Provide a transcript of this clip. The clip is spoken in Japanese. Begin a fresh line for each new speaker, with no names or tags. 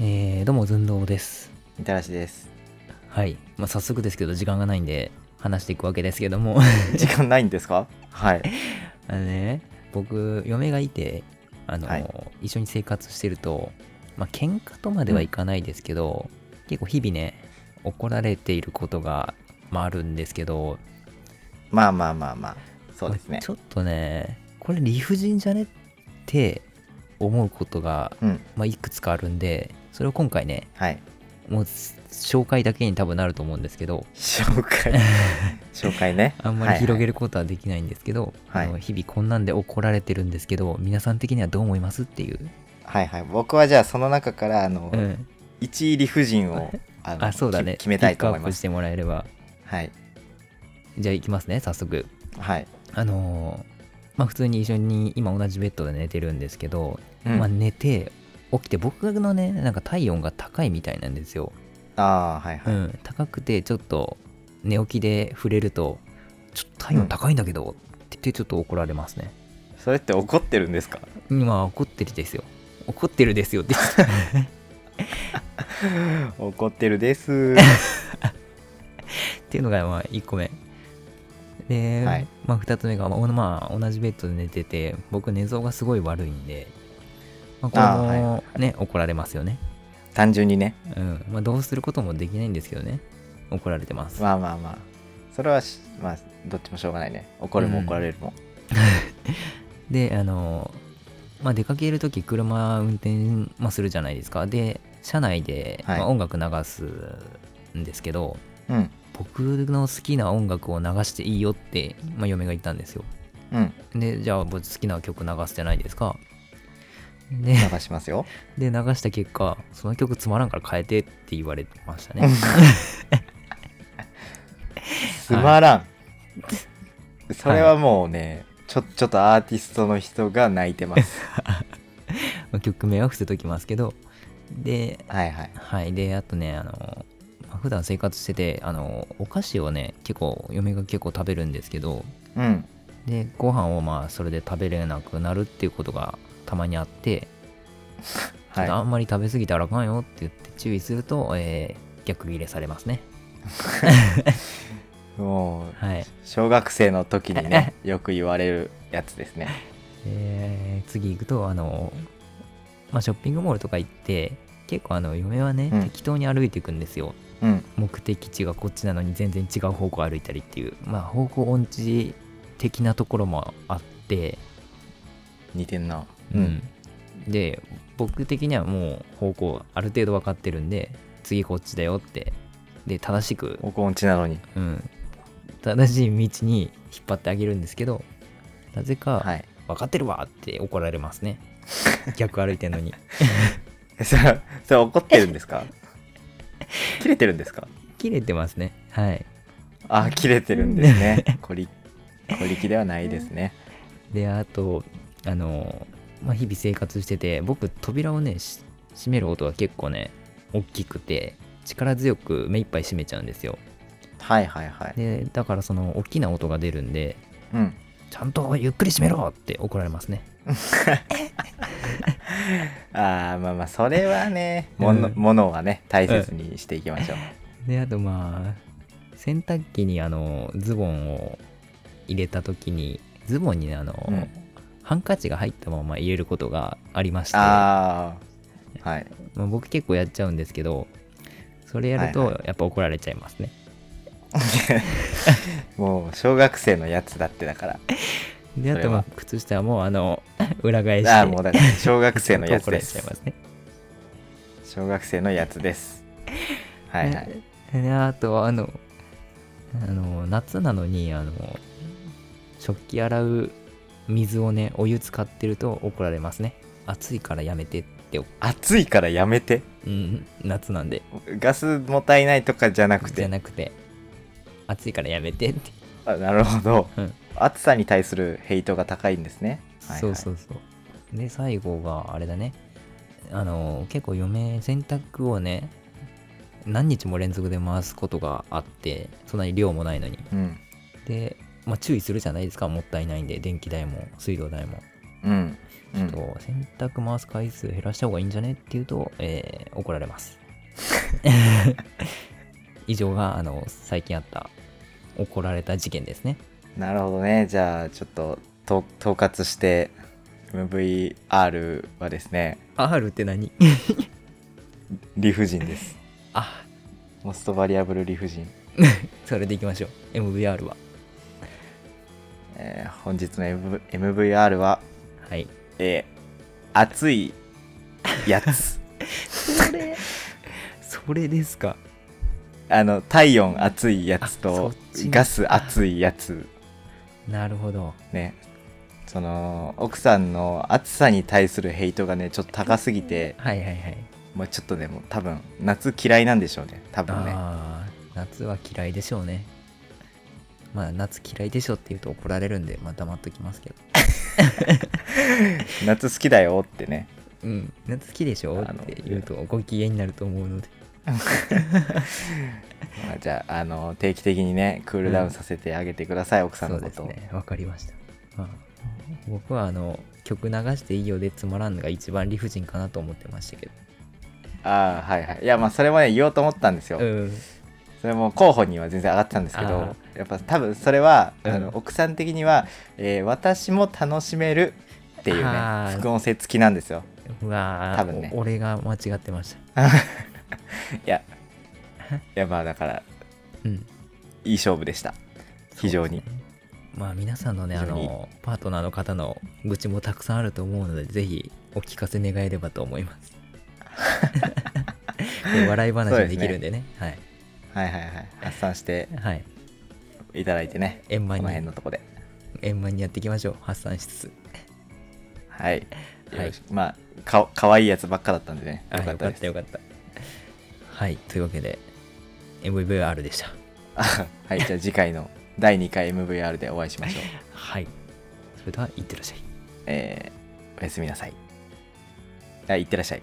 えー、どうも、寸胴です。
みたらしです。
はい。まあ、早速ですけど、時間がないんで、話していくわけですけども、
時間ないんですかはい。
あのね、僕、嫁がいて、あの、
はい
一緒に生活してると、まあ、喧嘩とまではいかないですけど、結構日々ね、怒られていることが、まあ、あるんですけど、
まあまあまあまあ。そうですね
ち。ょっとね、これ理不尽じゃねって思うことが、
うん。
まあ、いくつかあるんで、それを今回ね、
はい。
もう紹介だけに多分なると思うんですけど、
紹介。 紹介ね。
あんまり広げ
る。
ることはできないんですけど、
はい
あの日々こんなんで怒られてるんですけど皆さん的にはどう思いますっていう、
はいはい。僕はじゃあその中から、あの
う、ん、
一位理不尽を、あの
あそうだね
き決めたいと思い
ピックアッ
ま
プし
す。
てもらえれば
はい。
じゃあ行きますね早速
はい。
あのーまあ普通に一緒に今同じベッドで寝てるんですけど、
うん
まあ寝て起きて僕のねなんか体温が高いみたいなんですよ、
ああ、はいは
う
い。
ん、高くてちょっと寝起きで触れるとちょっと体温高いんだけど、って言ってちょっと怒られますね
それって怒ってるんですか
今怒ってるですよ怒ってるですよって言って
怒って るです。
っていうのがまあ1個目で、
はい
まあ、2つ目が、まあおまあ、同じベッドで寝てて僕寝相がすごい悪いんで、まあ、これ
あーはいはい
もね怒られますよね、
単純にね。
うんまあ、どうすることもできないんですけどね怒られてます、
まあまあまあ。それはし、まあ、どっちもしょうがないね。怒るも怒られるも。
であのまあ、出かけるとき車運転、まあ、するじゃないですかで車内で、
はい
まあ、音楽流すんですけど
うん。
僕の好きな音楽を流していいよって、まあ、嫁が言ったんですよ
うん。
でじゃあ僕好きな曲流すじゃないですかで
流しますよ。
で流した結果その曲つまらんから変えてって言われましたね
つまらん、それはもうねちょちょっとアーティストの人が泣いてます
まあ曲名は伏せときますけどで
はいはい
はいであとねあのまあ普段生活しててあのお菓子をね結構嫁が結構食べるんですけど
うん
でご飯をまあそれで食べれなくなるっていうことがたまにあってちょっとあ
は
んまり食べ過ぎたらあかんよって言って注意すると、えー逆ギレされますね
いもう
はい
小学生の時にねよく言われるやつですね
えー次行くとあの、まあ、ショッピングモールとか行って結構あの嫁はね、
うん
適当に歩いていくんですよ
うん
目的地がこっちなのに全然違う方向歩いたりっていう、まあ、方向音痴的なところもあって、
似てんな
うんで僕的にはもう方向ある程度分かってるんで次こっちだよってで正しく、
おこんちなのに
うん、正しい道に引っ張ってあげるんですけどなぜか、
はい
分かってるわって怒られますね 逆歩いてんのに
えそれそれ怒ってるんですか切れてるんですか
切れてますねはい
あ切れてるんですねこりこりきではないですね
であとあの、まあ、日々生活してて僕扉をねし閉める音が結構ね大きくて力強く目いっぱい閉めちゃうんですよ
はいはいはい
でだからその大きな音が出るんで
うん
ちゃんとゆっくり閉めろって怒られますね
あーまあまあそれはね
うん
もの,、ものはね大切にしていきましょう、
であとまあ洗濯機にあのズボンを入れた時にズボンにねあの、
うん
ハンカチが入ったまま入れることがありまして
ああはい
まあ、僕結構やっちゃうんですけどそれやる
はい
とやっぱ怒られちゃいますね、
もう小学生のやつだってだから
であ
それ
とまあ
は
靴下はもうあの 裏返して
ああもうだから小学生のやつ
怒ら
で
れ ちゃいますすね
小学生のやつですはいはい
でであとあのあの夏なのにあの食器洗う水をねお湯使ってると怒られますね暑いからやめてって、
暑いからやめて
うん、夏なんで
ガスもったいないとかじゃなく
じゃ
て
なくて暑いからやめてって
あなるほど、
うん
暑さに対するヘイトが高いんですねはい
そう
はい
そうそうで最後があれだねあの結構嫁洗濯をね何日も連続で回すことがあってそんなに量もないのに
うん
で、まあ、注意するじゃないですかもったいないんで電気代も水道代も
うん。うん
と洗濯回す回数減らした方がいいんじゃねって言うと、えー怒られます 以上があの最近あった怒られた事件ですね
なるほどね。じゃあ、ちょっとと、統括して、MVR はですね、
R って何
理不 尽です。
あ
モストバリアブル理不尽。
それでいきましょう MVR は
えー本日の MV MVR は、
はい
えー熱い やつ。
それそれですか
あの、体温熱いやつと
あそっちね
ガス熱いやつ。
なるほど
ね。その、奥さんの暑さに対するヘイトがね、ちょっと高すぎて、
はいはいはい
もうちょっとね、もう多分、夏嫌いなんでしょうね。多分ね。
あー夏は嫌いでしょうねまあ夏嫌いでしょって言うと怒られるんでまあ黙っときますけど
夏好きだよってね。
うん夏好きでしょ
あの
って言うとご機嫌になると思うので
まあ、じゃあ、あの、定期的にね、クールダウンさせてあげてください、奥さん
そ
の
う
こ
です
とを。
ねわかりました、まあ、僕はあの曲流していいよでつまらんのが一番理不尽かなと思ってましたけど
ああ、はいはい。いや、まあ、それもね、言おうと思ったんですよ。
うん
それも候補には全然上がってたんですけ
あ
ど、やっぱ多分それは、
うん
あの奥さん的には、えー私も楽しめるっていう
あ
ね、
ー
副音声付きなんですよ。
うわー
多分ね
お俺が間違ってました
いや、いや、まあ、だから、
うん
いい勝負でした。非常に
そうですねまあ皆さんのねあ
非常に
のパートナーの方の愚痴もたくさんあると思うのでぜひお聞かせ願えればと思います これ笑い話もできるんでね
はいはいはい。発散して
はい、はい、
いただいてね、
円
こ
満
の
に
辺のとこで。
円満にやっていきましょう発散しつつ
はい。
はい
よろしくまあ、か可愛いやつばっかだったんでね、
あ
よか
よ
った
かっ
で
た
す。
よかったはいというわけで MVR でした
はい、じゃあ次回の第2回 MVR でお会いしましょう。
はいそれではいってらっしゃい
えーおやすみなさい。あ、いってらっしゃい。